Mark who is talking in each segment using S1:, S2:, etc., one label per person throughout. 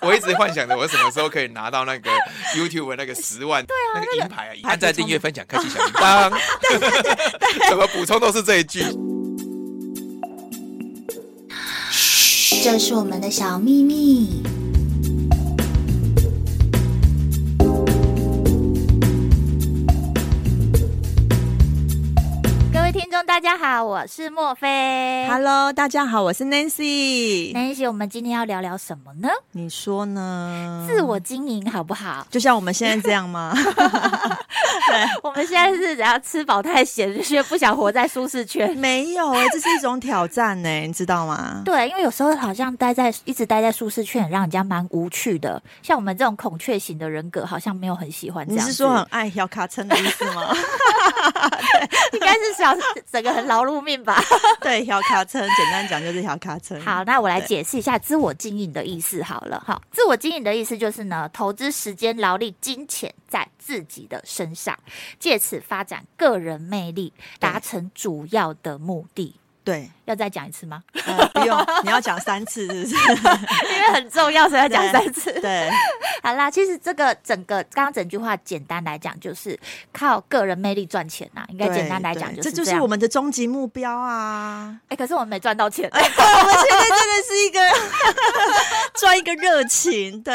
S1: 我一直幻想着我什么时候可以拿到那 个 YouTube 那个十万那个银牌啊！按赞、订阅、分享、开启小铃铛，怎么补充都是这一句。
S2: 这是我们的小秘密。
S3: 各位听众，大家好，我是莫菲。
S4: Hello，大家好，我是 Nancy。
S3: Nancy，我们今天要聊聊什么呢？
S4: 你说呢？
S3: 自我经营好不 好？
S4: 就像我们现在这 样吗？
S3: 我们现在是只要吃饱太闲，就是不想活在舒适 圈。
S4: 没有哎、这是一种挑战呢、你知道吗？
S3: 对，因为有时候好像待在一直待在舒适圈，让人家蛮无趣的。像我们这种孔雀型的人格，好像没有很喜欢这
S4: 你
S3: 样子。
S4: 是说很爱小卡称的意思 吗？
S3: 应该是想整个很劳碌命 吧？
S4: 对，小卡称，简单讲就是小卡称。
S3: 好，那我来解释一下自我经营的意思好了哈。自我经营的意思就是呢，投资时间、劳力、金钱在自己的身上，借此发展个人魅力，达成主要的目的。
S4: 对，
S3: 要再讲一次 吗？
S4: 呃，不用，你要讲三次 是不是？
S3: 因为很重要，所以要讲三次。
S4: 对，
S3: 好啦，其实这个整个刚刚整句话，简单来讲就是靠个人魅力赚钱啊呐、应该简单来讲
S4: 对
S3: 就
S4: 这
S3: 是
S4: 就
S3: 这
S4: 是
S3: 样。
S4: 我们的终极目标啊！
S3: 哎、可是我们没赚到钱。
S4: 我们现在真的是一个赚一个 热情， 对，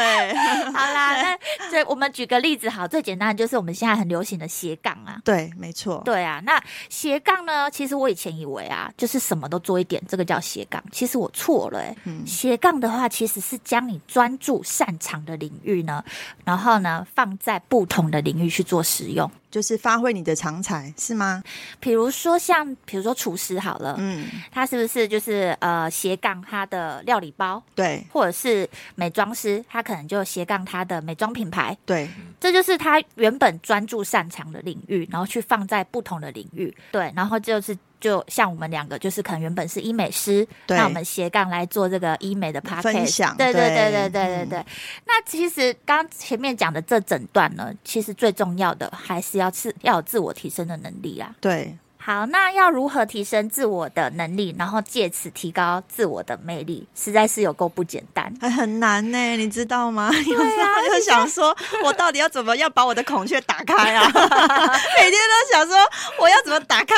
S3: 好 啦，那这我们举个例子好，最简单的就是我们现在很流行的斜杠啊。
S4: 对，没错，
S3: 对啊，那斜杠呢？其实我以前以为啊，就是什么都做一点，这个叫斜杠。其实我错了、欸，
S4: 嗯
S3: 斜杠的话，其实是将你专注擅长的领域呢，然后呢放在不同的领域去做使用。
S4: 就是发挥你的长才，是吗？
S3: 比如说像，比如说厨师好了，
S4: 嗯，
S3: 他是不是就是呃斜杠他的料理包，
S4: 对
S3: 或者是美妆师，他可能就斜杠他的美妆品牌，
S4: 对，
S3: 这就是他原本专注擅长的领域，然后去放在不同的领域，对，然后就是就像我们两个，就是可能原本是医美师，
S4: 对
S3: 那我们斜杠来做这个医美的 p a c k a
S4: 分享
S3: 对对对
S4: 对嗯
S3: 对对对对。那其实刚前面讲的这整段呢，其实最重要的还是要是要有自我提升的能力啦。
S4: 对，
S3: 好，那要如何提升自我的能力，然后借此提高自我的魅力，实在是有够不简单。
S4: 还很难呢、你知道吗？有时候就想说，我到底要怎么样把我的孔雀打开啊？ 每天都想说，我要怎么打开？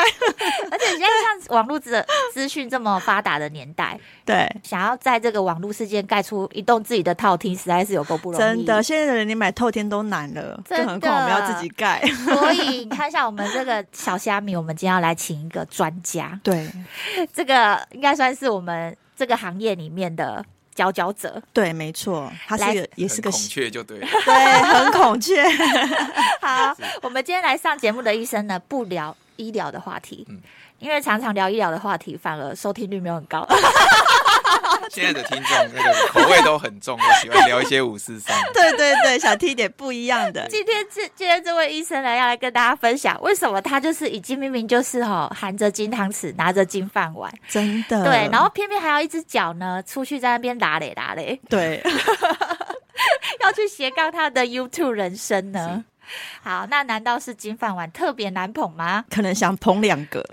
S3: 而且现在像网络资资讯这么发达的年代，
S4: 对，
S3: 想要在这个网络世界盖出一栋自己的套厅，实在是有够不容易。
S4: 真的，，现在的人连买透天都难了，
S3: 真的
S4: 更何况我们要自己盖。
S3: 所以你看，像我们这个小虾米，我们今天要来请一个专 家，
S4: 对
S3: 这个应该算是我们这个行业里面的佼佼者。
S4: 对，没错，它
S3: 来
S4: 是个也是
S1: 很
S4: 个
S1: 孔雀就对了，
S4: 对，很孔雀。
S3: 好，我们今天来上节目的医生呢，不聊医疗的话题，
S1: 嗯
S3: 因为常常聊医疗的话题，反而收听率没有很高。
S1: 现在的听众那个口味都很重，我喜欢聊一些五四三。
S4: 对对对，想听一点不一 样的。
S3: 今天这今天这位医生呢，要来跟大家分享，为什么他就是已经明明就是吼、含着金汤匙，拿着金饭碗，
S4: 真的
S3: 对，然后偏偏还要一只脚呢出去在那边打嘞打嘞，
S4: 对 ？
S3: 要去斜杠他的 YouTube 人生呢。好，那难道是金饭碗特别难捧吗
S4: 可能想捧两个，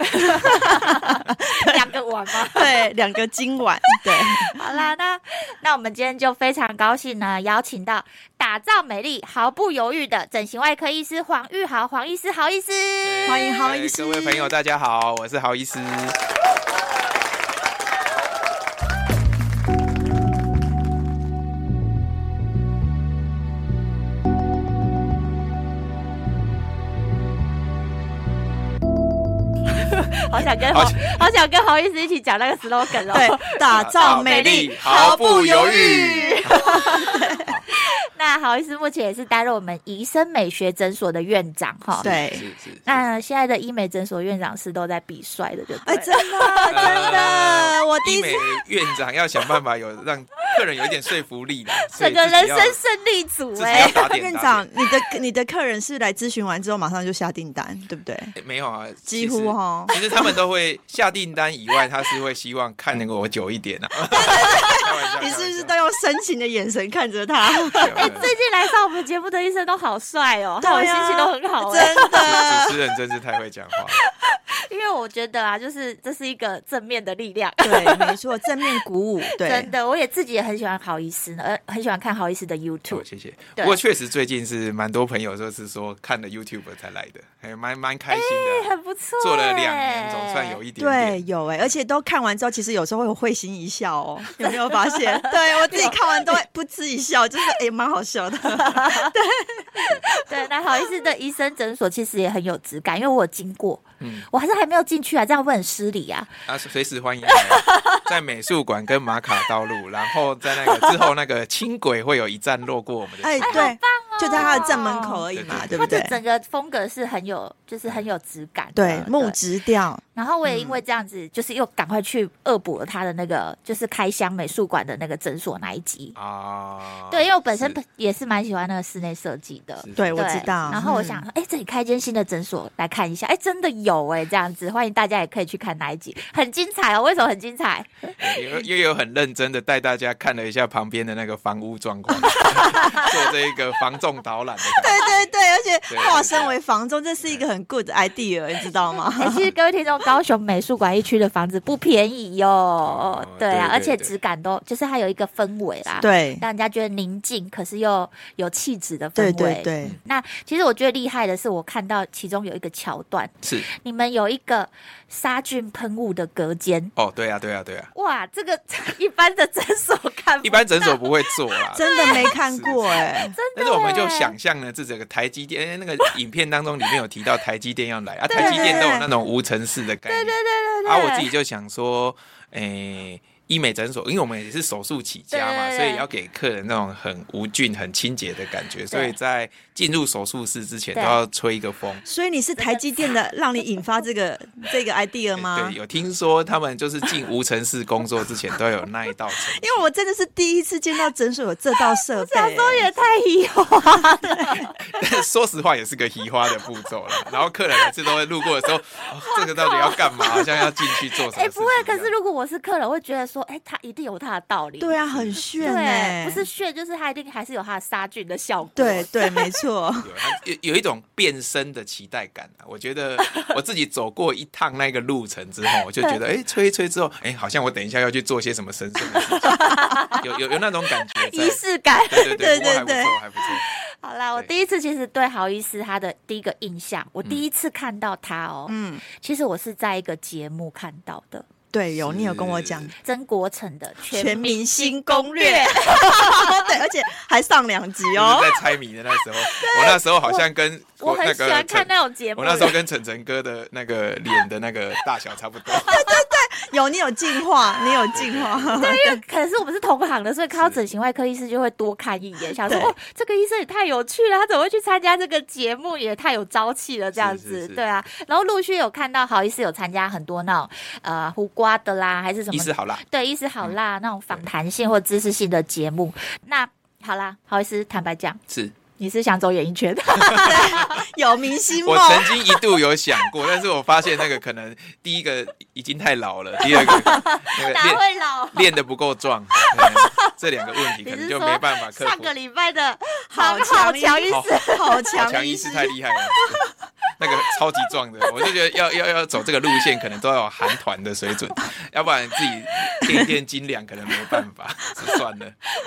S3: 两个碗 吗？
S4: 对，两个今晚，对，
S3: 好啦，那那我们今天就非常高兴呢，邀请到打造美丽毫不犹豫的整形外科医师黄玉豪，黄医师，好医师。
S4: 欢迎郝医
S1: 呃哎各位
S4: 师
S1: 朋友，大家好，我是郝医师。
S3: 好想 跟
S1: 好
S3: 好好想跟郝医师一起讲那个 slogan 哦。
S4: 对，打造美丽，
S1: 毫
S4: 毫
S1: 不
S4: 不
S1: 犹
S4: 犹
S1: 豫
S4: 豫。
S3: 那郝医师目前也是担任我们宜生美学诊所的院长哈。
S1: 是
S4: 对，
S1: 是。
S3: 那现在的医美诊所院长是都在比帅的，对不对
S4: 哎，
S3: 了？
S4: 真的，真的，我第
S1: 呃医
S4: 一次
S1: 美。院长要想办法有让客人有一点说服力啦，所
S3: 整
S1: 以
S3: 个
S1: 自己
S3: 人
S1: 要
S3: 生胜利组
S1: 自己
S3: 哎、
S1: 要打 点
S4: 院
S1: 打
S4: 长，你的你的客人是来咨询完之后马上就下订单，对不对？
S1: 点没有啊，
S4: 几乎 哦
S1: 其实。其实他们都会下订单以外，他是会希望看能够我久一点啊。 开玩笑
S4: 你是不是
S1: 开
S4: 都用深情的眼神看着他？
S1: 玩笑开玩笑
S3: 哎最近来上我们节目的医生都好帅哦，害我
S4: 对
S3: 心
S4: 啊
S3: 情都很好哎、
S4: 真的，
S1: 主持人真是太会讲话了，
S3: 因为我觉得啊，就是这是一个正面的力量。
S4: 对，没错，正面鼓舞，对，
S3: 真的，我也自己也很喜欢郝医师呢，呃，很喜欢看郝医师的
S1: 好
S3: YouTube。
S1: 谢谢。
S3: 对
S1: 不过确实最近是蛮多朋友就是说看了 YouTube 才来的，还蛮蛮开心的。啊
S3: 哎很不错、哎
S1: 做了两年，总算有
S3: 一。
S1: 一点
S4: 哎对，
S1: 点。
S4: 有哎、而且都看完之后，其实有时候会有会心一笑哦，有没有发现？对我自己看完都会噗嗤一笑，就是哎，蛮、好笑的。
S3: 对，那好意思的医生诊所其实也很有质感，因为我有经过，
S1: 嗯，
S3: 我还是还没有进去啊，这样会很失礼啊。
S1: 啊，随时欢迎来，在美术馆跟马卡道路，然后在那个之后那个轻轨会有一站落过我们的
S4: 哎、
S1: 轻轨。
S4: 对，就在他的正门口而已嘛，
S1: 对
S4: 对不
S3: 它哦的
S4: 对？
S3: 整个风格是很有，就是很有质感的。
S4: 对，木质调，
S3: 然后我也因
S1: 嗯
S3: 为这样子，就是又赶快去恶补了他的那个，就是开箱美术馆的那个诊所那一集。
S1: 啊，
S3: 对，因为我本身
S1: 是
S3: 也是蛮喜欢那个室内设计的。
S1: 是
S4: 对
S1: 是
S4: 我知
S3: 对
S4: 道。嗯
S3: 然后我想，哎、这里开一间新的诊所来看一下，哎，真的有哎、这样子，欢迎大家也可以去看那一集，很精彩哦。为什么很精 彩？
S1: 又又有很认真的带大家看了一下旁边的那个房屋状况，做这一个房仲导览的感觉。
S4: 对对对，而且
S1: 对
S4: 化身为房东，这是一个很 good idea，你知道 吗？
S3: 哎，其实各位听众，高雄美术馆一区的房子不便宜哟、
S1: 哦
S3: 对啊，
S1: 对对
S3: 而且
S1: 对
S3: 质感都就是它有一个氛围啦，，
S4: 对
S3: 让人家觉得宁静，可是又有气质的氛
S4: 对
S3: 围。
S4: 对对，
S1: 嗯
S3: 那其实我觉得厉害的是，我看到其中有一个桥段，
S1: 是
S3: 你们有一个杀菌喷雾的隔间，
S1: 哦，对啊，对啊，对啊，
S3: 哇，这个一般的诊所看不
S1: 一般诊所不会做啦。
S4: 真的没看过 哎、
S1: 但是我们就想象呢，这整个台积电，哎，那个影片当中里面有提到台积电要来啊，
S3: 对
S1: 台积电都有那种无尘室的概念。对对
S3: 对
S1: 啊，我自己就想说，诶、医美诊所，因为我们也是手术起家嘛，
S3: 对对对
S1: 所以要给客人那种很无菌、很清洁的感觉，所以在进入手术室之前都
S3: 对
S1: 要吹一个风。
S4: 所以你是台积电的，让你引发 这个这个 idea 吗
S1: 对，？有听说他们就是进无尘室工作之前都有那一道程序
S4: 因为我真的是第一次见到诊所有这道设备、
S3: 想
S4: 哎
S3: 说也太意外了，
S1: 说实话也是个移花的步骤了。然后客人每次都会路过的时候，哦这个到底要干嘛？好像要进去做什么
S3: 哎、
S1: 事
S3: 不
S1: 情
S3: 会
S1: 一，样？
S3: 可是如果我是客人，我会觉得说，哎、他一定有他的道理，
S4: 对啊，很炫
S3: 对，
S4: 哎、
S3: 不是炫，就是他一定还是有他的杀菌的效果，
S4: 对对，没错，
S1: 有它有有一种变身的期待感啊！我觉得我自己走过一趟那个路程之后，我就觉得，哎、吹一吹之后，哎、好像我等一下要去做些什么神圣的事情，有有有那种感觉在
S3: 仪。式感。
S1: 对对对，
S4: 对
S1: 不过还不
S4: 对
S1: 错，还不错。
S3: 好啦，我
S1: 对
S3: 第一次其实对郝医师他的第一个印象，我第一次看到他哦，
S4: 嗯，
S3: 其实我是在一个节目看到的，
S4: 对，有
S1: 是
S4: 你有跟我讲《
S3: 曾国城的《
S4: 全
S3: 民
S4: 明星攻略》， 对，而且还上两集 哦
S1: 就是。在猜谜的那时候，我那时候好像跟
S3: 我
S1: 那
S3: 很喜
S1: 个
S3: 欢看
S1: 陈
S3: 那种节目。
S1: 我那时候跟晨晨哥的那个脸的那个大小差不 多。
S4: 有你有进化，你有进 化，
S3: 对，因为可是我们是同行的，所以看到整形外科医师就会多看一眼，想说
S4: 对
S3: 哦，这个医生也太有趣了，他怎么会去参加这个节目，也太有朝气了，这样子，
S1: 是是是
S3: 对啊。然后陆续有看到好医师有参加很多那种呃胡瓜的啦，还是什
S1: 医
S3: 么
S1: 师嗯好啦，
S3: 对医师好啦、那种访谈性或知识性的节目。那好啦，好医师，坦白讲，
S1: 是
S3: 你是想走演艺圈的？
S4: 有明星梦
S1: 我，曾经一度有想过，但是我发现那个可能第一个已经太老了，第二个那个
S3: 哪
S1: 练
S3: 会老？
S1: 练的不够壮，可能这两个问题
S3: 你
S1: 可
S3: 是
S1: 能就
S3: 说
S1: 没办法克
S3: 上
S1: 服
S3: 个。礼拜的
S4: 好
S3: 好
S4: 强
S3: 强医
S1: 好
S3: 师，
S4: 好
S1: 好
S4: 强
S1: 哦强医
S4: 医
S1: 师
S4: 师，
S1: 太厉害了，那个超级壮的，我就觉得要要要走这个路线，可能都要有韩团的水准，要不然自己练一练斤两可能没有办法，就算了，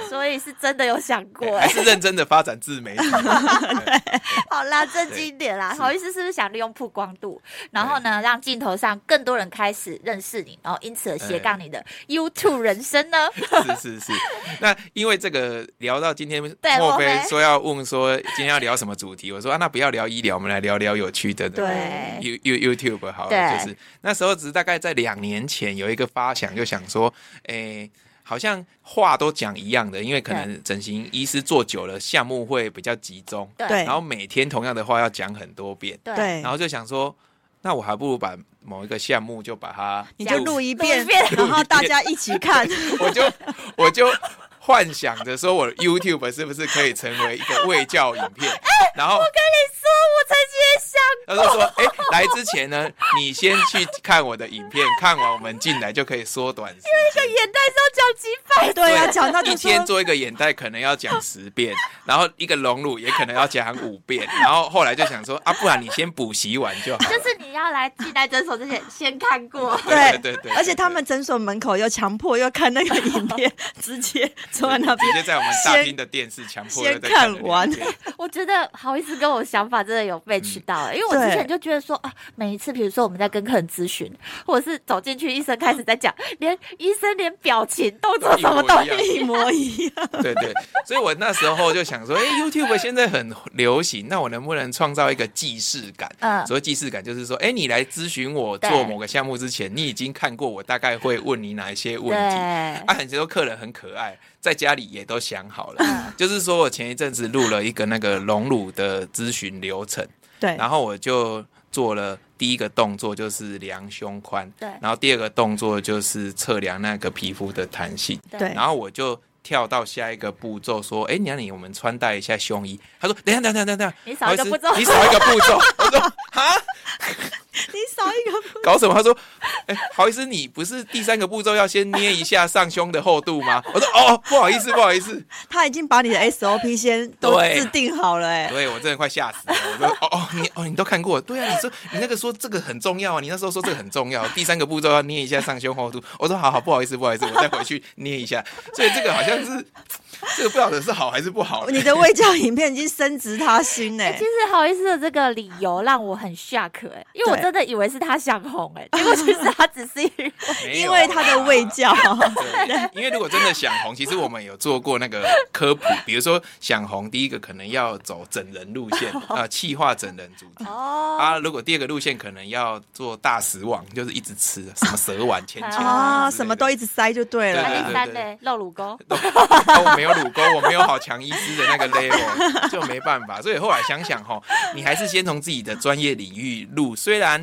S3: 所以是真的有想过、
S1: 还是认真的发展自媒体。对
S3: 好 啦，正经点啦。
S1: 是
S3: 好意思，是不是想利用曝光度，然后呢，让镜头上更多人开始认识你，然后因此而斜杠你的 YouTube 人生呢？
S1: 是是是，那因为这个聊到今天，
S3: 对
S1: 莫
S3: 莫
S1: 非
S3: 非
S1: 说要问说今天要聊什么主题？我说啊，那不要聊医疗，我们来聊聊有趣的那个
S3: 对
S1: You You YouTube 好
S3: 对
S1: 了，就是那时候只是大概在两年前有一个发想，就想说，诶、好像话都讲一样的，因为可能整形医师做久了，项目会比较集中，
S4: 对
S1: 然后每天同样的话要讲很多遍，
S3: 对
S4: 对
S1: 然后就想说，那我还不如把某一个项目就把它
S4: 你就录一遍
S3: 录一遍，
S4: 然后大家一起看，
S1: 我就我就幻想着说我 YouTube 是不是可以成为一个卫教影片，
S4: 哎
S1: 然后
S3: 我曾经也想
S1: 他就说，哎、来之前呢，你先去看我的影片，看完我们进来就可以缩短时间。
S3: 眼袋是要讲几百
S4: 对啊，讲到就
S1: 一
S4: 说
S1: 天做一个眼袋可能要讲十遍，然后一个隆乳也可能要讲五遍，然后后来就想说啊，不然你先补习完就好了。
S3: 就是你要来进来诊所之前先看过。
S1: 对对对
S4: 而且他们诊所门口又强迫又看那个影片，直接坐在那
S1: 直
S4: 边。
S1: 接在我们大厅的电视强迫
S4: 先
S1: 在
S4: 看
S1: 着
S4: 完
S1: 影片
S3: 我觉得好意思跟我想法真的有被取到、欸，因为我
S4: 对
S3: 之前就觉得说啊，每一次比如说我们在跟客人咨询，或者是走进去医生开始在讲，连医生连表情动作
S1: 一
S3: 什么
S1: 模
S3: 都
S1: 一样。
S4: 一模一样，
S1: 对对，所以我那时候就想说，哎、y o u t u b e 现在很流行，那我能不能创造一个既视感？
S3: 嗯
S1: 所谓既视感，就是说，哎、你来咨询我
S3: 对
S1: 做某个项目之前，你已经看过我大概会问你哪一些问题。
S3: 对
S1: 啊，很多客人很可爱，在家里也都想好
S3: 嗯
S1: 了。就是说我前一阵子录了一个那个隆乳的咨询流程，
S4: 对
S1: 然后我就做了第一个动作就是量胸宽，
S3: 对
S1: 然后第二个动作就是测量那个皮肤的弹性，
S4: 对
S1: 然后我就跳到下一个步骤，说：“哎、你让你我们穿戴一下胸衣。”他说：“等一下，等一下，等一下，等一下，
S3: 你少一个
S1: 不好意思
S3: 步骤
S1: 你少一个步骤。”我说：“哈，
S4: 你少一个步
S1: 搞什么？”他说：“哎、好意思，你不是第三个步骤要先捏一下上胸的厚度吗？”我说：“哦，不好意思，不好意 思。
S4: 他已经把你的 SOP 先都
S1: 对
S4: 制定好了、哎，
S1: 对我真的快吓死了。我说：“哦哦，你哦，你都看过？对啊，你说你那个说这个很重要啊，你那时候说这个很重要，第三个步骤要捏一下上胸厚度。”我说：“好好，不好意思，不好意思，我再回去捏一下。”所以这个好像是这个不晓得是好还是不好。
S4: 你的卫教影片已经升值他心呢、哎
S3: 其实好意思的这个理由让我很 shock 哎、因为我
S4: 对
S3: 真的以为是他想红 哎、结果其实他只是因为
S1: 没
S4: 因
S1: 有啊
S4: 为他的卫
S1: 啦
S4: 教，
S3: 啊
S1: 对，因为如果真的想红，其实我们有做过那个科普，比如说想红，第一个可能要走整人路线啊，呃气、化整人主题。
S3: 哦
S1: 啊，如果第二个路线可能要做大食网，就是一直吃什么蛇丸、芊芊
S4: 啊，
S1: 之类的
S4: 什么都一直塞就 对
S1: 对
S3: 那
S1: 对
S4: 了。
S3: 第三嘞露乳沟，
S1: 啊我没有乳沟，我没有好强医师的那个 level，就 没办法。所以后来想想吼，你还是先从自己的专业领域入，虽然。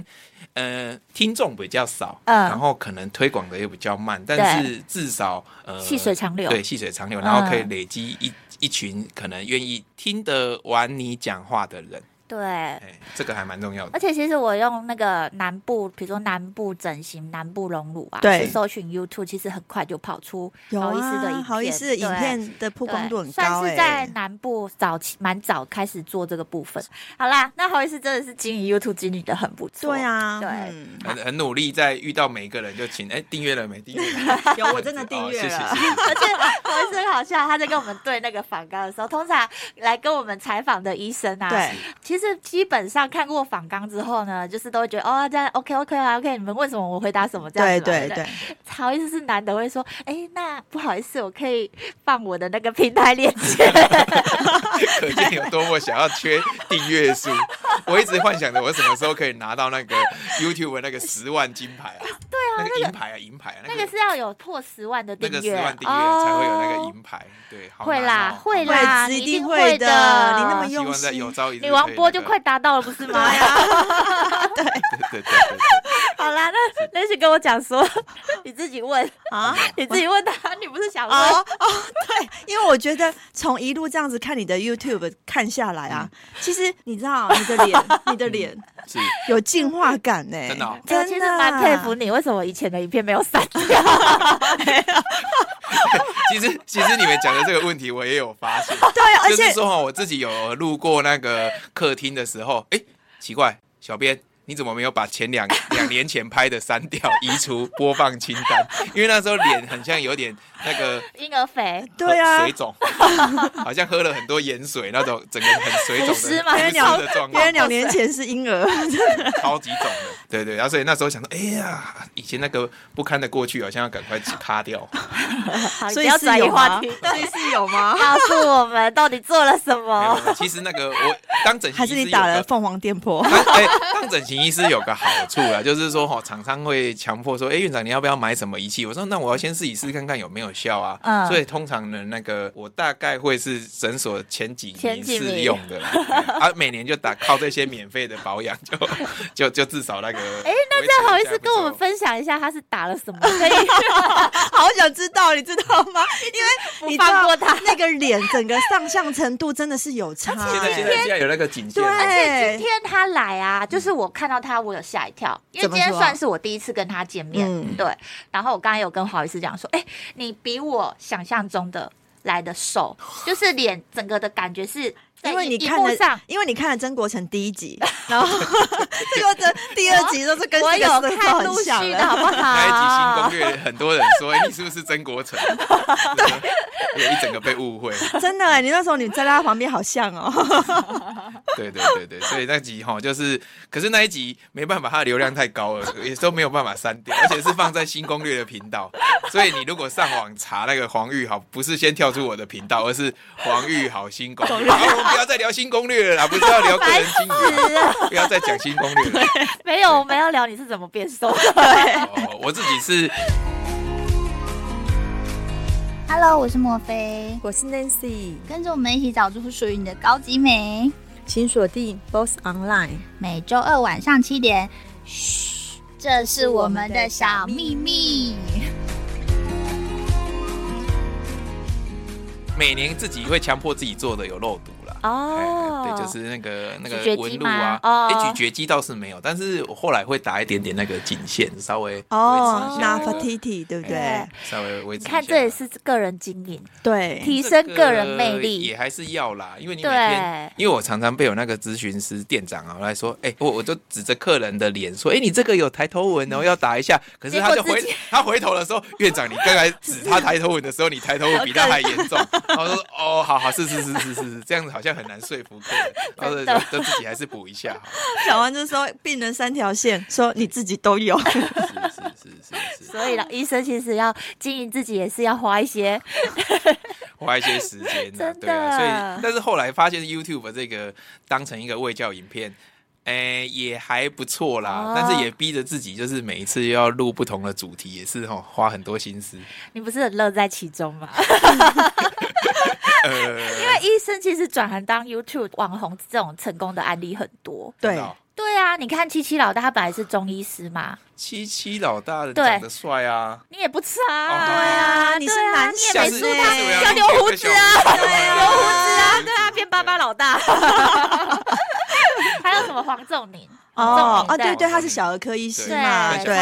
S1: 呃，听众比较少，
S3: 嗯
S1: 然后可能推广的也比较慢，但是至少呃，
S3: 细水长流
S1: 对，细水长流，然后可以
S3: 嗯
S1: 累积一、一群可能愿意听得完你讲话的人，
S3: 对。
S1: 哎，这个还蛮重要
S3: 而
S1: 的。
S3: 且其实我用那个南部，比如说南部整形、南部隆乳啊，
S4: 对
S3: 去搜寻 YouTube，其实很快就跑出
S4: 有
S3: 好意思的影
S4: 啊，
S3: 片，
S4: 好意思，影
S3: 对
S4: 片的曝光度很
S3: 对算
S4: 高
S3: 是
S4: 哎、
S3: 在南部早期蛮早开始做这个部分。好啦，那好意思真的是经营 YouTube 经营的很不错。
S4: 对，啊，
S3: 对
S4: 嗯
S3: 呃
S1: 很很努力，在遇到每一个人就请哎订阅了没？订阅了 没
S4: 有我真的订阅
S1: 哦
S4: 了
S1: 谢谢谢。谢
S3: 而且好意思很好笑，他在跟我们对那个访纲的时候，通常来跟我们采访的医生啊，
S4: 对，
S3: 其实基本上看过访纲之后呢，就是都会觉得哦，这样 OK OK 啊 OK，你们问什么我回答什么这样
S4: 对
S3: 子嘛，不
S4: 对对，
S3: 好意思是难得会说，哎，那不好意思，我可以放我的那个平台链 接。
S1: 可见有多么想要缺订阅数。我一直幻想着我什么时候可以拿到那个 YouTube 的那个十万金 牌啊！对啊，那个银牌啊，银牌啊，
S3: 那个是要有破十万的
S1: 那
S3: 订
S1: 个
S3: 阅，
S1: 十万订阅
S3: 哦
S1: 才会有那个银牌。对，好
S3: 会啦
S1: 难哦
S3: 会啦
S4: 会
S3: 你
S4: 是
S3: 一
S4: 一
S3: 定
S4: 定
S3: 会的
S4: 会的，你那么啊
S1: 希
S4: 用
S1: 望在有
S4: 心。
S1: 朝一日可以
S3: 女王波就
S1: 那个
S3: 快达到了，不是吗？
S1: 对对对对对
S3: 好啦，那那是跟我讲说， 你自己问，
S4: 啊，
S3: 你自己问他，你不是想问？
S4: 哦哦，对，因为我觉得从一路这样子看你的 YouTube 看下来啊，
S1: 嗯
S4: 其实你知道你的脸，你的 脸
S1: 是
S4: 有进化感呢、
S1: 真的哦
S3: 哎我
S4: 真
S3: 其实
S4: 的
S3: 蛮佩服你，为什么以前的影片没有删掉？
S1: 其实其实你们讲的这个问题我也有发现，
S4: 对，啊而
S1: 就是
S4: 且
S1: 说哈，我自己有路过那个客厅的时候，哎，奇怪，小编。你怎么没有把前两两年前拍的删掉、移除播放清单？因为那时候脸很像有点那个
S3: 婴儿肥，
S4: 对啊
S1: 水，肿，好像喝了很多盐水那种，整个人很水肿的
S3: 不是吗
S1: 不适的状
S4: 因为
S1: 况，
S4: 两年前是婴儿，
S1: 超级肿的。对对，然后所以那时候想说，哎呀，以前那个不堪的过去，好像要赶快擦掉。
S3: 好，你不
S4: 所以
S3: 要
S4: 是
S3: 转移
S4: 有
S3: 话
S4: 吗？
S3: 题，
S4: 所以是有 吗？
S3: 告诉我们到底做了什
S1: 没有
S3: 么。
S1: 没有其实那个我当整形
S4: 还
S1: 医
S4: 是
S1: 师
S4: 你打
S1: 有
S4: 了
S1: 个
S4: 凤凰电波？
S1: 当哎、当整形医师有个好处啦，就是说哈，厂商会强迫说，哎、院长你要不要买什么仪器？我说那我要先试一试看看有没有效啊。
S3: 嗯
S1: 所以通常呢，那个我大概会是诊所前几
S3: 前
S1: 名
S3: 几
S1: 试
S3: 名
S1: 用的啦，对啊，每年就打靠这些免费的保养，就就就至少那个。哎、
S3: 那这样好意思跟我们分享享一下他是打了 什么，可以
S4: 好想知道，你知道 吗？因为你
S3: 不放过他
S4: 知道那个脸，整个上相程度真的是有差。
S1: 现在现在现在有那个警戒
S4: 对，
S1: 了，
S3: 今天他来啊，就是我看到他，我有吓一跳，因为
S4: 怎
S3: 今
S4: 么
S3: 天
S4: 说
S3: 算是我第一次跟他见面，
S4: 嗯
S3: 对。然后我刚才有跟郝医师讲说，哎、你比我想象中的来的 瘦，就是脸整个的感觉是在
S4: 因为你
S3: 荧
S4: 看
S3: 幕
S4: 了
S3: 上，。
S4: 因为你看了曾国成第一集，然 后这个这第二集都是跟
S3: 我
S4: 这
S3: 有
S4: 个色调
S3: 看陆续
S4: 很像
S3: 的好
S4: 了。
S3: 不
S1: 那一集新
S3: 好
S1: 攻？略，很多人说，哎，你是不是曾国成？对，有一整个被误会。
S4: 真的、你那时候你在他旁边好像哦，
S1: 对对对对，所以那集哈就是，可是那一集没办法，它的流量太高了，也都没有办法删掉，而且是放在新攻略的频道，所以你如果上网查那个黄玉好，不是先跳出我的频道，而是黄玉好新攻略。好，我们不要再聊新攻略了啦，不是要聊个人经营了，不要再讲新攻略了。
S3: 没有，我们要聊你是怎么变 瘦的。
S1: 哦，我自己是
S2: Hello，我是莫菲，
S5: 我是 Nancy，
S2: 跟着我们一起找出属于你的高级美。
S5: 请锁定 Boss Online。
S2: 每周二晚上七点，嘘，这是我们的小秘密。
S1: 每年自己会强迫自己做的有肉毒啦。
S3: 哦
S1: 哎对，就是那个那
S3: 咀嚼
S1: 个
S3: 肌
S1: 纹路啊
S3: 吗，
S1: 哎、
S3: 哦
S1: 咀嚼肌倒是没有，但是我后来会打一点点那个颈线，稍微维持
S4: 哦
S1: 一，下那
S4: 那 f a
S1: 个
S4: t i t 对不对
S1: 哎？稍微维持
S3: 你
S1: 一下。
S3: 看，这也是个人经营，
S4: 对，
S3: 提升个人魅
S1: 这个也
S3: 力。
S1: 还是要啦，因为你每
S3: 对
S1: 天，因为我常常被我那个咨询师店长啊来说，哎、我我就指着客人的脸说，哎、你这个有抬头纹哦，要打一下。可是他就
S3: 嗯结果
S1: 回
S3: 自己
S1: 他回头的 时候，院长，你刚才指他抬头纹的时候，你抬头纹比他还严 重。然后说，哦，好好，是是是是是是，这样子好像很难说服客 人。然后
S3: 真的
S1: 就就自己还是补一 下好了。
S4: 小王就说病人三条线，说你自己都有。
S1: 是是是是是，
S3: 所以呢，医生其实要经营自己，也是要花一些
S1: 花一些时间、啊，
S3: 真的
S1: 对啊，所以但是后来发现 YouTube 这个当成一个卫教影片。诶、也还不错啦，
S3: 哦
S1: 但是也逼着自己，就是每一次要录不同的主题，也是哈、花很多心 思。
S3: 你不是很乐在其中吗？
S1: 呃，
S3: 因为医生其实转行当 YouTube 网红这种成功的案例很多。
S1: 真
S4: 对
S1: 的，哦
S3: 对啊，你看七七老大他本来是中医师嘛，
S1: 七七老大
S3: 对
S1: 长得帅啊，
S3: 你也不差、
S1: 哦
S3: 啊，
S1: 对
S4: 啊你是
S3: 对啊
S4: 男
S3: 你也
S1: 下
S3: 没
S1: 次
S3: 输
S1: 下
S3: 他，
S1: 次我
S3: 要
S1: 要
S3: 留胡子啊，
S1: 对
S3: 留胡子啊，对啊，变巴巴老大。 还有什么黄仲宁？
S4: 哦
S3: 这种
S4: 哦，
S3: 对
S4: 对对，他是小儿科医师
S3: 对
S4: 嘛，
S1: 对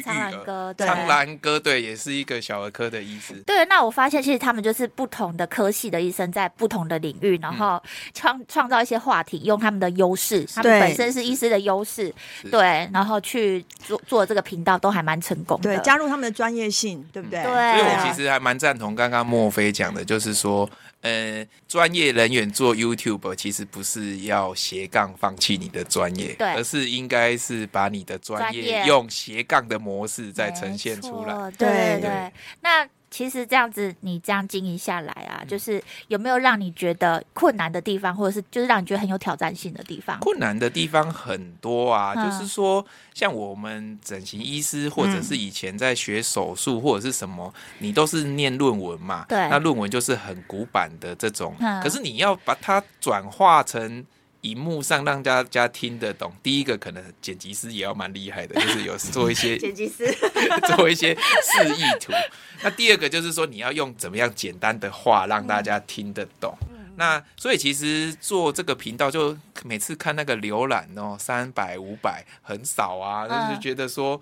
S3: 苍兰
S4: 对，
S3: 哥，
S1: 对
S3: 苍兰哥，对。
S1: 苍兰哥对，也是一个小儿科的医师。
S3: 对，那我发现其实他们就是不同的科系的医生，在不同的领域，
S1: 嗯
S3: 然后创创造一些话题，用他们的优势，他们
S4: 对
S3: 本身是医师的优势，
S1: 是
S3: 对，然后去做做这个频道，都还蛮成功的。
S4: 对，加入他们的专业性，对不对？
S3: 对
S1: 所以
S3: 啊
S1: 我其实还蛮赞同刚刚墨菲讲的，就是说，呃，专业人员做 YouTube 其实不是要斜杠放弃你的专业，
S3: 对
S1: 而是应该是把你的专
S3: 专
S1: 业
S3: 业
S1: 用斜杠的模式再呈现出来。
S3: 没错对对
S4: 对
S3: 对，那。其实这样子，你这样经营下来
S1: 嗯
S3: 啊，就是有没有让你觉得困难的地方，或者是就是让你觉得很有挑战性的地方？
S1: 困难的地方很多啊，
S3: 嗯
S1: 就是说，像我们整形医师，或者是以前在学手术或者是什么，你都是念论文嘛，
S3: 对
S1: 那论文就是很古板的这种，
S3: 嗯
S1: 可是你要把它转化成。荧幕上让大家听得懂，第一个可能剪辑师也要蛮厉害的，就是有做一 些
S3: 辑师，
S1: 做一些示意图。 那第二个就是说，你要用怎么样简单的话让大家听得懂。
S3: 嗯
S1: 那所以其实做这个频道，就每次看那个浏览哦，三百五百很少啊，就是
S3: 嗯
S1: 觉得说。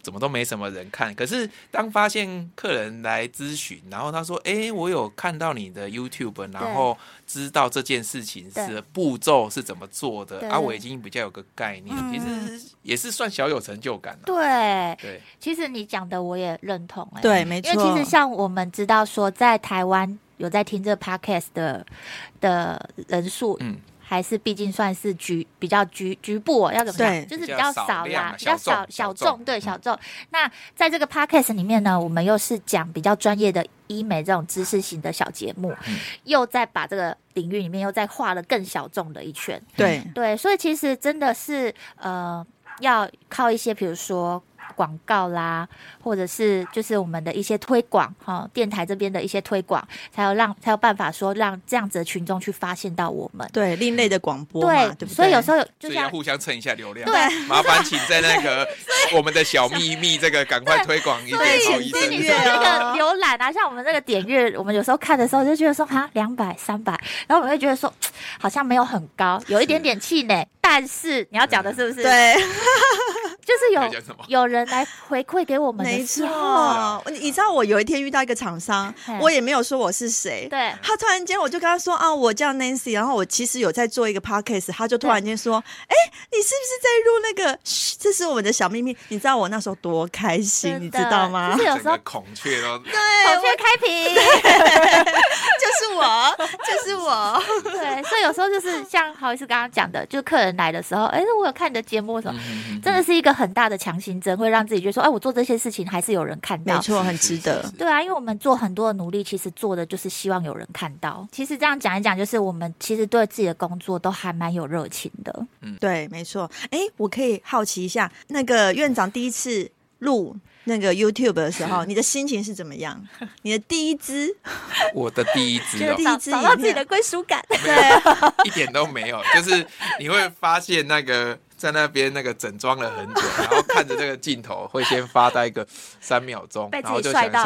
S1: 怎么都没什么人看，可是当发现客人来咨询，然后他说：“哎、我有看到你的 YouTube，然后知道这件事情
S3: 对
S1: 是步骤是怎么做的
S3: 对
S1: 啊，
S3: 对
S1: 我已经比较有个概念，
S3: 嗯
S1: 其实也是算小有成就感了、
S3: 对，
S1: 对，
S3: 其实你讲的我也认同、欸，
S4: 对，没
S3: 因为其
S4: 错
S3: 实。像我们知道说，在台湾有在听这 podcast 的的人数，
S1: 嗯
S3: 还是毕竟算是局比较局局部、哦，要怎么
S4: 对
S3: 讲，就是比较
S1: 比较少
S3: 少
S1: 量
S3: 啦
S1: 啊，
S3: 比较
S1: 小
S3: 少
S1: 众
S3: 小
S1: 小
S3: 众，
S1: 众
S3: 对
S1: 嗯
S3: 小众。那在这个 podcast 里面呢，我们又是讲比较专业的医美这种知识型的小节目，
S1: 嗯
S3: 又在把这个领域里面又再画了更小众的一圈。
S4: 对，
S3: 对，所以其实真的是呃，要靠一些，比如说广告啦，或者是就是我们的一些推广哈、电台这边的一些推广，才有让才有办法说让这样子的群众去发现到我们。
S4: 对另类的广播嘛，
S3: 对，
S4: 对不对？
S3: 所以有时候有
S1: 所
S3: 就
S1: 以要
S3: 像
S1: 互相蹭一下流量。对，麻烦请在那 个我们的小秘密这个赶快推广一点，
S4: 对
S1: 好
S4: 请
S1: 医
S4: 订
S1: 生
S3: 你
S4: 阅
S3: 的
S4: 对
S3: 那
S4: 啊
S1: 哦
S3: 个 浏览啊，像我们这个点阅，我们有时候看的时候就觉得说哈两百、三百，然后我们会觉得说嘖好像没有很高，有一点点气馁。但是你要讲的是不是？，
S4: 对，
S3: 就是
S1: 要啊讲什么
S3: 有有人来回馈给我们
S4: 没
S3: 的时
S4: 错
S3: 候，。
S4: 你你知道我有一天遇到一个厂商
S3: 嘿，
S4: 我也没有说我是谁，
S3: 对
S4: 他突然间我就跟他说啊，我叫 Nancy，然后我其实有在做一个 podcast，他就突然间说，哎，你是不是在录那个？嘘这是我们的小秘密。你知道我那时候多开心，
S3: 真
S4: 你
S3: 的
S4: 知道吗
S3: 就？是有
S1: 整
S3: 时候
S1: 个孔雀 都
S4: 哎
S3: 孔雀开屏。
S4: 就是我，就 是我，
S3: 对，所以有时候就是像好意思刚刚讲的，就客人来的时候，哎、我有看你的节目什么，
S1: 嗯
S3: 真的是一个很大的强心针，会让自己觉得说，哎、我做这些事情还是有人看
S4: 没
S3: 到。
S4: 错，很值得。
S3: 对啊，因为我们做很多的努力，其实做的就是希望有人看到。其实这样讲一讲，就是我们其实对自己的工作都还蛮有热情的。
S4: 对，没错。哎，我可以好奇一下，那个院长第一次录那个 YouTube 的时候，你的心情是怎 么样？你的第一支，
S1: 我的第一支
S4: 就
S1: 哦
S4: 是第，
S3: 嗯
S4: 一
S3: 找
S4: 支
S3: 找到
S4: 影
S3: 自己
S4: 片
S3: 的归属 感。
S1: 一点都没有，就是你会发现那个在那边那个整装了很久，然后看着这个镜头会先发呆个三秒钟，
S3: 被自己
S1: 然后就想
S3: 帅到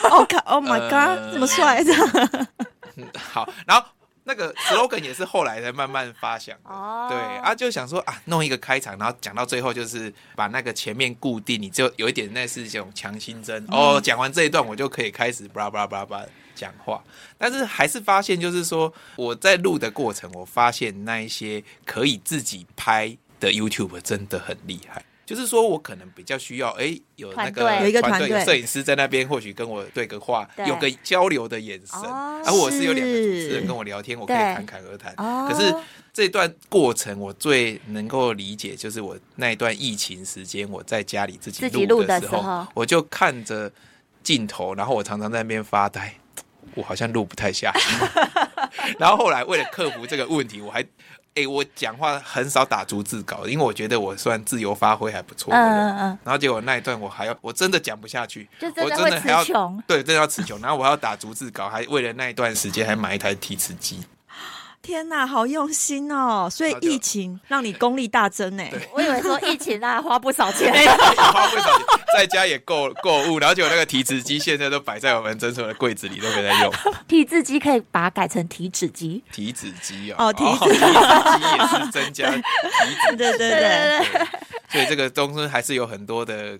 S1: 说，
S4: 哦靠，Oh my
S1: 呃
S4: God，这么帅的，
S1: 嗯 好，然后那个 slogan 也是后来才慢慢发想的。
S3: 哦
S1: 对啊，就想说啊，弄一个开场，然后讲到最后就是把那个前面固定，你就有一点类似这种强心针、
S3: 嗯
S1: 哦。讲完这一段，我就可以开始巴拉巴拉巴拉巴拉讲话。但是还是发现，就是说我在录的过程，我发现那一些可以自己拍的 YouTube 真的很厉害。就是说我可能比较需要，哎、有那个
S3: 团队
S4: 有一个团队
S1: 有摄影师在那边，或许跟我对个话，
S3: 对
S1: 有个交流的眼神。
S3: 哦
S1: 而我是有两个主持
S4: 是
S1: 人跟我聊天，我可以
S3: 对
S1: 侃侃而谈。
S3: 哦
S1: 可是这段过程，我最能够理解，就是我那一段疫情时间，我在家里自己
S3: 自己录的
S1: 的时
S3: 时候
S1: 候，我就看着镜头，然后我常常在那边发呆，我好像录不太下去。 然后后来为了克服这个问题，我还。哎、我讲话很少打逐字稿，因为我觉得我算自由发挥还不错
S3: 嗯
S1: 的人。
S3: 嗯嗯，
S1: 然后结果那一段我还要，我真的讲不下去，
S3: 就真的
S1: 我真
S3: 会
S1: 的还要
S3: 词穷
S1: 对，真的要词穷。然后我还要打逐字稿，还为了那一段时间还买一台提词 机。
S4: 天哪，好用心哦！所以
S1: 那就
S4: 疫情让你功力大增哎，
S3: 嗯 我以为说疫情啊，花不少钱。
S1: 花不少钱，在家也购购物，然后结果那个提词机现在都摆在我们诊所的柜子里，都没在用。
S3: 提字机可以把它改成提纸机。
S1: 提子机啊
S4: 哦提
S1: 子
S4: 子
S1: 机也是增加提
S4: 对
S1: 子，
S4: 对对对。
S1: 所以这个东西还是有很多的。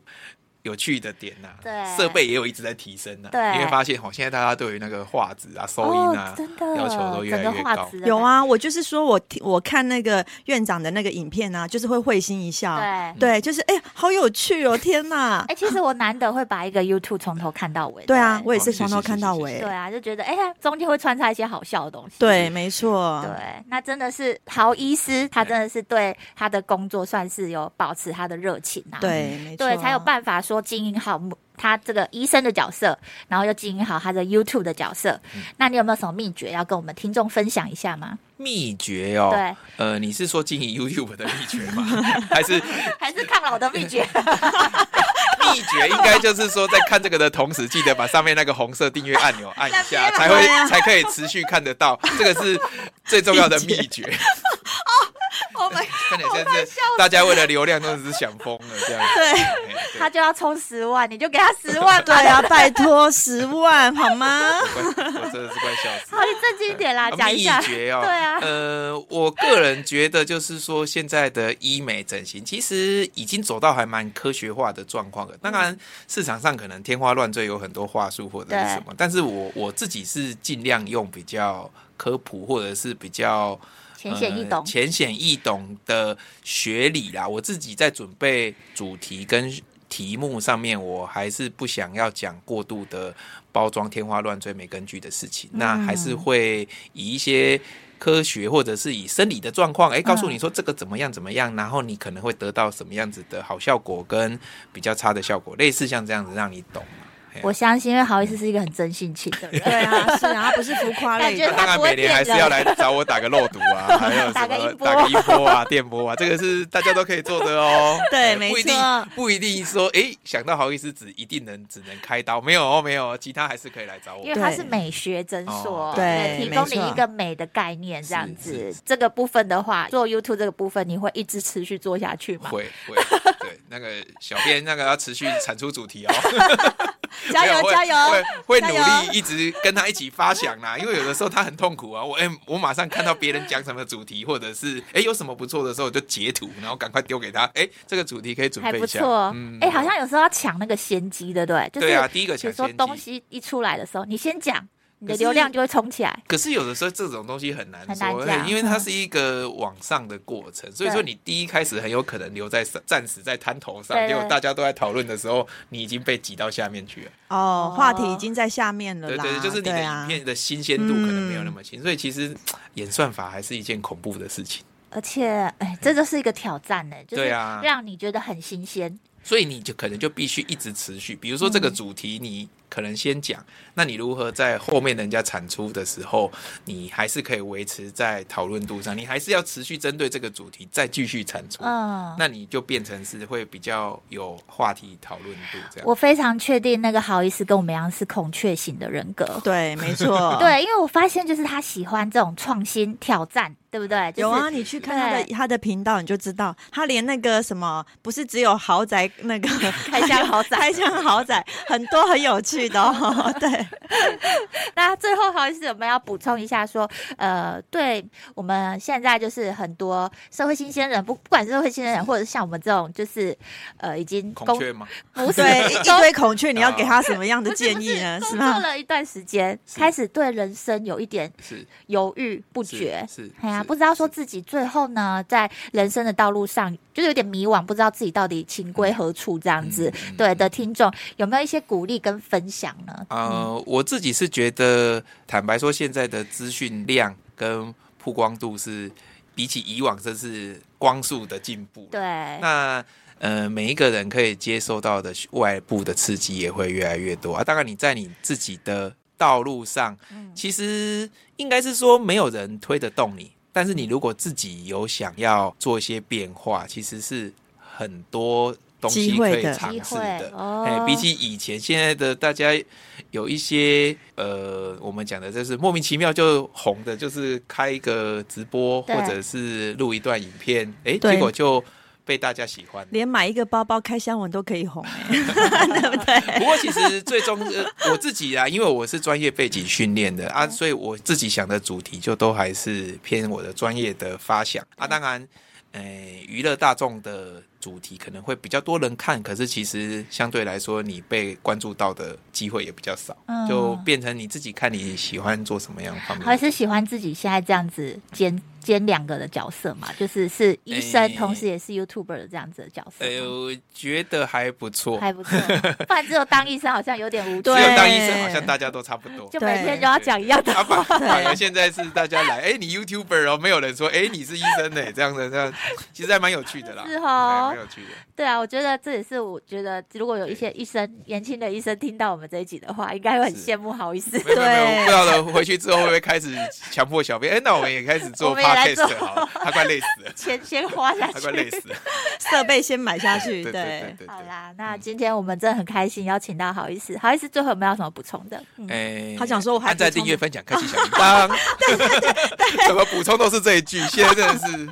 S1: 有趣的点呐、
S3: 对
S1: 设备也有一直在提升呐、
S3: 对
S1: 你会发现哦，现在大家对于那个画质啊、收音啊，
S3: 哦真的，
S1: 要求都越来
S3: 整个
S1: 越
S3: 画
S1: 高
S3: 质的
S4: 有啊，我就是说我听我看那个院长的那个影片啊，就是会会心一笑。
S3: 对，哎、
S4: 对，就是哎、好有趣哦！天哪，
S3: 其实我难得会把一个 YouTube 从头看到尾。
S4: 对啊，我也
S1: 哦
S4: 是
S1: 是
S4: 从头
S1: 是是
S4: 看到
S1: 是是
S4: 尾。
S3: 对啊，就觉得哎呀，中间会穿插一些好笑的东西。
S4: 对，啊没错。
S3: 对，那真的是好医师，他真的是对他的工作算是有保持他的热情啊。
S4: 对，没错。
S3: 对，才有办法说经营好他这个医生的角色，然后又经营好他的 YouTube 的角色。
S1: 嗯
S3: 那你有没有什么秘诀要跟我们听众分享一 下吗？
S1: 秘诀哦。
S3: 对，
S1: 呃，你是说经营 YouTube 的秘诀吗？ 还是
S3: 还是抗老的秘诀？
S1: 秘诀应该就是说，在看这个的同时，记得把上面那个红色订阅按 钮按一下，才会才可以持续看得到。这个是最重要的秘 诀。
S4: Oh my
S1: 看点真是大家为了流量真的是想疯了这样。
S4: 对
S1: 哎对
S3: 他就要充十万，你就给他十 万吧。
S4: 对啊，拜托十万好吗？
S1: 我快 我真的是快笑死了。
S3: 好，你正经一点啦，
S1: 啊
S3: 讲一下。
S1: 秘诀哦，
S3: 对啊
S1: 呃，我个人觉得就是说，现在的医美整形其实已经走到还蛮科学化的状况了。
S3: 嗯
S1: 当然，市场上可能天花乱坠，有很多话术或者是什么，但是我我自己是尽量用比较科普或者是比较。
S3: 浅显易
S1: 呃
S3: 懂。
S1: 浅显易懂的学理啦。我自己在准备主题跟题目上面，我还是不想要讲过度的包装天花乱坠、没根据的事情，那
S3: 嗯
S1: 还是会以一些。科学或者是以生理的状况，哎，告
S3: 嗯
S1: 诉你说这个怎么样怎么样，然后你可能会得到什么样子的好效果跟比较差的效果，类似像这样子让你懂。嘿啊
S3: 我相信，因为好意思是一个很真性情的人。
S4: 对啊，是啊，他不是浮夸
S3: 感
S4: 类
S3: 觉
S4: 的，
S1: 那当然，每年还是要来找我打个肉毒啊，还有
S3: 打
S1: 什
S3: 个
S1: 么
S3: 音波
S1: 打个音波啊、电波啊，这个是大家都可以做的 哦。
S4: 对没
S1: 不一定
S4: 错
S1: 不一定说，哎，想到好意思只一定能只能开刀，没有哦没有哦，其他还是可以来找我
S3: 因为。它是美学诊所，
S1: 哦
S4: 对
S3: 提供
S4: 没
S3: 你
S4: 错
S3: 一个美的概念，这样子
S1: 是。
S3: 这个部分的话，做 YouTube 这个部分，你会一直持续做下去吗？
S1: 会会，对那个小编那个要持续产出主题哦，
S3: 加
S1: 没有
S3: 油
S1: 会
S3: 加油！
S1: 会会
S3: 加
S1: 努
S3: 油
S1: 力一直跟他一起发想啊啦，因为有的时候他很痛苦啊，我哎、我马上看到别人讲什么主题，或者是哎、有什么不错的时候，我就截图，然后赶快丢给他，哎、这个主题可以准
S3: 还
S1: 备
S3: 不
S1: 一下，嗯
S3: 错，哎，好像有时候要抢那个先机，对不对？就是
S1: 对啊，第一个
S3: 比
S1: 抢
S3: 如说
S1: 先
S3: 东
S1: 机。
S3: 西一出来的时候，你先讲，你的
S1: 可是
S3: 流量就会冲起来。
S1: 可是有的时候这种东西很难
S3: 很难
S1: 说，
S3: 讲嗯
S1: 因为它是一个往上的过程，所以说你第一开始很有可能留在暂时在滩头上
S3: 对，对
S1: 结果大家都在讨论的时候，你已经被挤到下面去了。
S4: 哦，话题已经在下面了
S1: 对
S4: 啦，
S1: 对，对就是你的
S4: 对啊
S1: 影片的新鲜度可能没有那么新，所以其实演算法还是一件恐怖的事情。
S3: 而且，哎，这就是一个挑战呢，就是
S1: 对啊
S3: 让你觉得很新鲜。
S1: 所以你就可能就必须一直持续，比如说这个主题你可能先讲，那你如何在后面人家产出的时候，你还是可以维持在讨论度上，你还是要持续针对这个主题再继续产出，
S3: 嗯，
S1: 那你就变成是会比较有话题讨论度这
S3: 我
S1: 样。
S3: 非常确定那个好意思跟我们一样是孔雀型的人格。
S4: 对，没错，。
S1: 啊
S3: 对，因为我发现就是他喜欢这种创新挑战，对 不对？就是、
S4: 有啊，你去看他的
S3: 对
S4: 他的频道，你就知道，他连那个什么，不是只有豪宅那 个开
S3: 箱豪宅
S4: 开箱豪宅很多很有趣 的哦。对，
S3: 那最后好意思，我们要补充一下说，呃，对我们现在就是很多社会新鲜人，不不管是社会新鲜人，或者是像我们这种就是呃已经
S1: 孔
S3: 工
S1: 雀吗？
S3: 不是
S4: 对，一一堆孔雀，你要
S1: 啊
S4: 给他什么样的
S3: 不是
S4: 建
S3: 不
S4: 议呢
S3: 是？工作
S4: 吗？
S3: 了一段时间，
S1: 是
S3: 开始对人生有一点
S1: 是
S3: 犹豫不
S1: 是
S3: 决，
S1: 是
S3: 哎呀，
S1: 是
S3: 不知道说
S1: 是
S3: 自己最后呢，在人生的道路上，就是有点迷惘，不知道自己到底情归何处这样子。
S1: 嗯嗯嗯
S3: 对的，听众有没有一些鼓励跟分享呢？嗯
S1: 呃，我自己是觉得，坦白说，现在的资讯量跟曝光度是比起以往，这是光速的进步。
S3: 对，
S1: 那呃，每一个人可以接受到的外部的刺激也会越来越多啊。当然，你在你自己的道路上，
S3: 嗯
S1: 其实应该是说没有人推得动你，但是你如果自己有想要做一些变化，其实是很多。东西
S4: 机
S1: 可
S4: 会
S1: 以
S4: 的
S1: 尝
S3: 机
S1: 试
S3: 会
S1: 的，
S3: 哦
S1: 哎、比起以前，现在的大家有一些呃，我们讲的就是莫名其妙就红的，就是开一个直播
S3: 对
S1: 或者是录一段影片，哎、
S4: 对
S1: 结果就被大家喜欢。
S4: 连买一个包包开箱文都可以红 哎、
S1: 不过其实最终、呃、我自己啊，因为我是专业背景训练的啊，所以我自己想的主题就都还是偏我的专业的发想啊。当然，呃，娱乐大众的主题可能会比较多人看，可是其实相对来说，你被关注到的机会也比较少，
S3: 嗯
S1: 就变成你自己看你喜欢做什么样方面的
S3: 还是喜欢自己现在这样子兼兼两个的角色嘛，就是是医生，
S1: 哎
S3: 同时也是 YouTuber 的这样子的角色
S1: 呃，
S3: 吗。
S1: 我觉得还不错，
S3: 还不错，不然只有当医生好像有点无趣，
S1: 只有
S4: 对
S1: 当医生好像大家都差不多，
S3: 就每天都要讲一样的
S1: 啊，反
S4: 对
S1: 反而现在是大家来，哎、你 YouTuber 哦，没有人说，哎、你是医生呢、这样的这样，其实还蛮有趣的啦，哎
S3: 是哦
S1: 对蛮有趣的。
S3: 对啊，我觉得这也是我觉得，如果有一些医生年轻的医生听到我们这一集的话，应该会很
S1: 是
S3: 羡慕好意思。
S1: 没有没有没
S4: 对
S1: 有，不知道的回去之后会不会开始强迫小编？哎、那我们也开始
S3: 我
S1: 做
S3: 们也来做
S1: podcast 好了，他快累死 了，
S3: 钱先花下
S1: 他快累
S3: 去。
S1: 死了。
S4: 设备先买下去。
S1: 对对对对对。嗯
S3: 好啦，那今天我们真的很开心，邀请到好意思，好意思，最后有没有什么补充的？嗯，
S1: 哎、
S4: 他想说我还
S1: 按赞、
S4: 补充
S1: 订阅、分享、开启小铃铛。怎么补充都是这一句，现在真的 是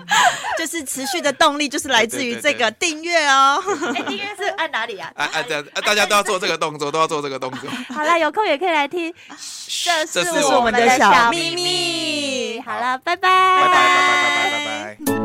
S4: 就是持续的动力就是来自于
S1: 对对对
S4: 这个订阅哦。
S3: 哎，订阅是按哪里啊？
S1: 啊啊这样啊，大家都要做这个动作，都要做这个动作。
S3: 好啦，有空也可以来听。这
S1: 这
S3: 是
S1: 是
S3: 我
S1: 我
S3: 们
S1: 们
S3: 的
S1: 的
S3: 小
S4: 小
S3: 秘
S4: 秘
S3: 密。
S4: 密
S3: 好了，拜拜，
S1: 拜拜
S3: 拜
S1: 拜拜拜拜拜拜。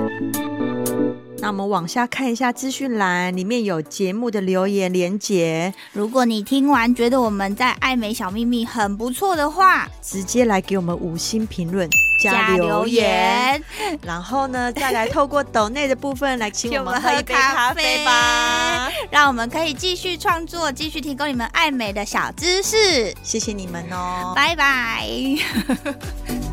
S5: 那我们往下看一下资讯栏，里面有节目的留言连结，
S2: 如果你听完觉得我们在爱美小秘密很不错的话，
S5: 直接来给我们五星评论
S2: 加留言。
S5: 然后呢，再来透过抖内的部分来 请我们喝一杯
S2: 咖
S5: 咖
S2: 啡
S5: 啡吧。
S2: 让我们可以继续创作，继续提供你们爱美的小知识。
S5: 谢谢你们哦，
S2: 拜拜。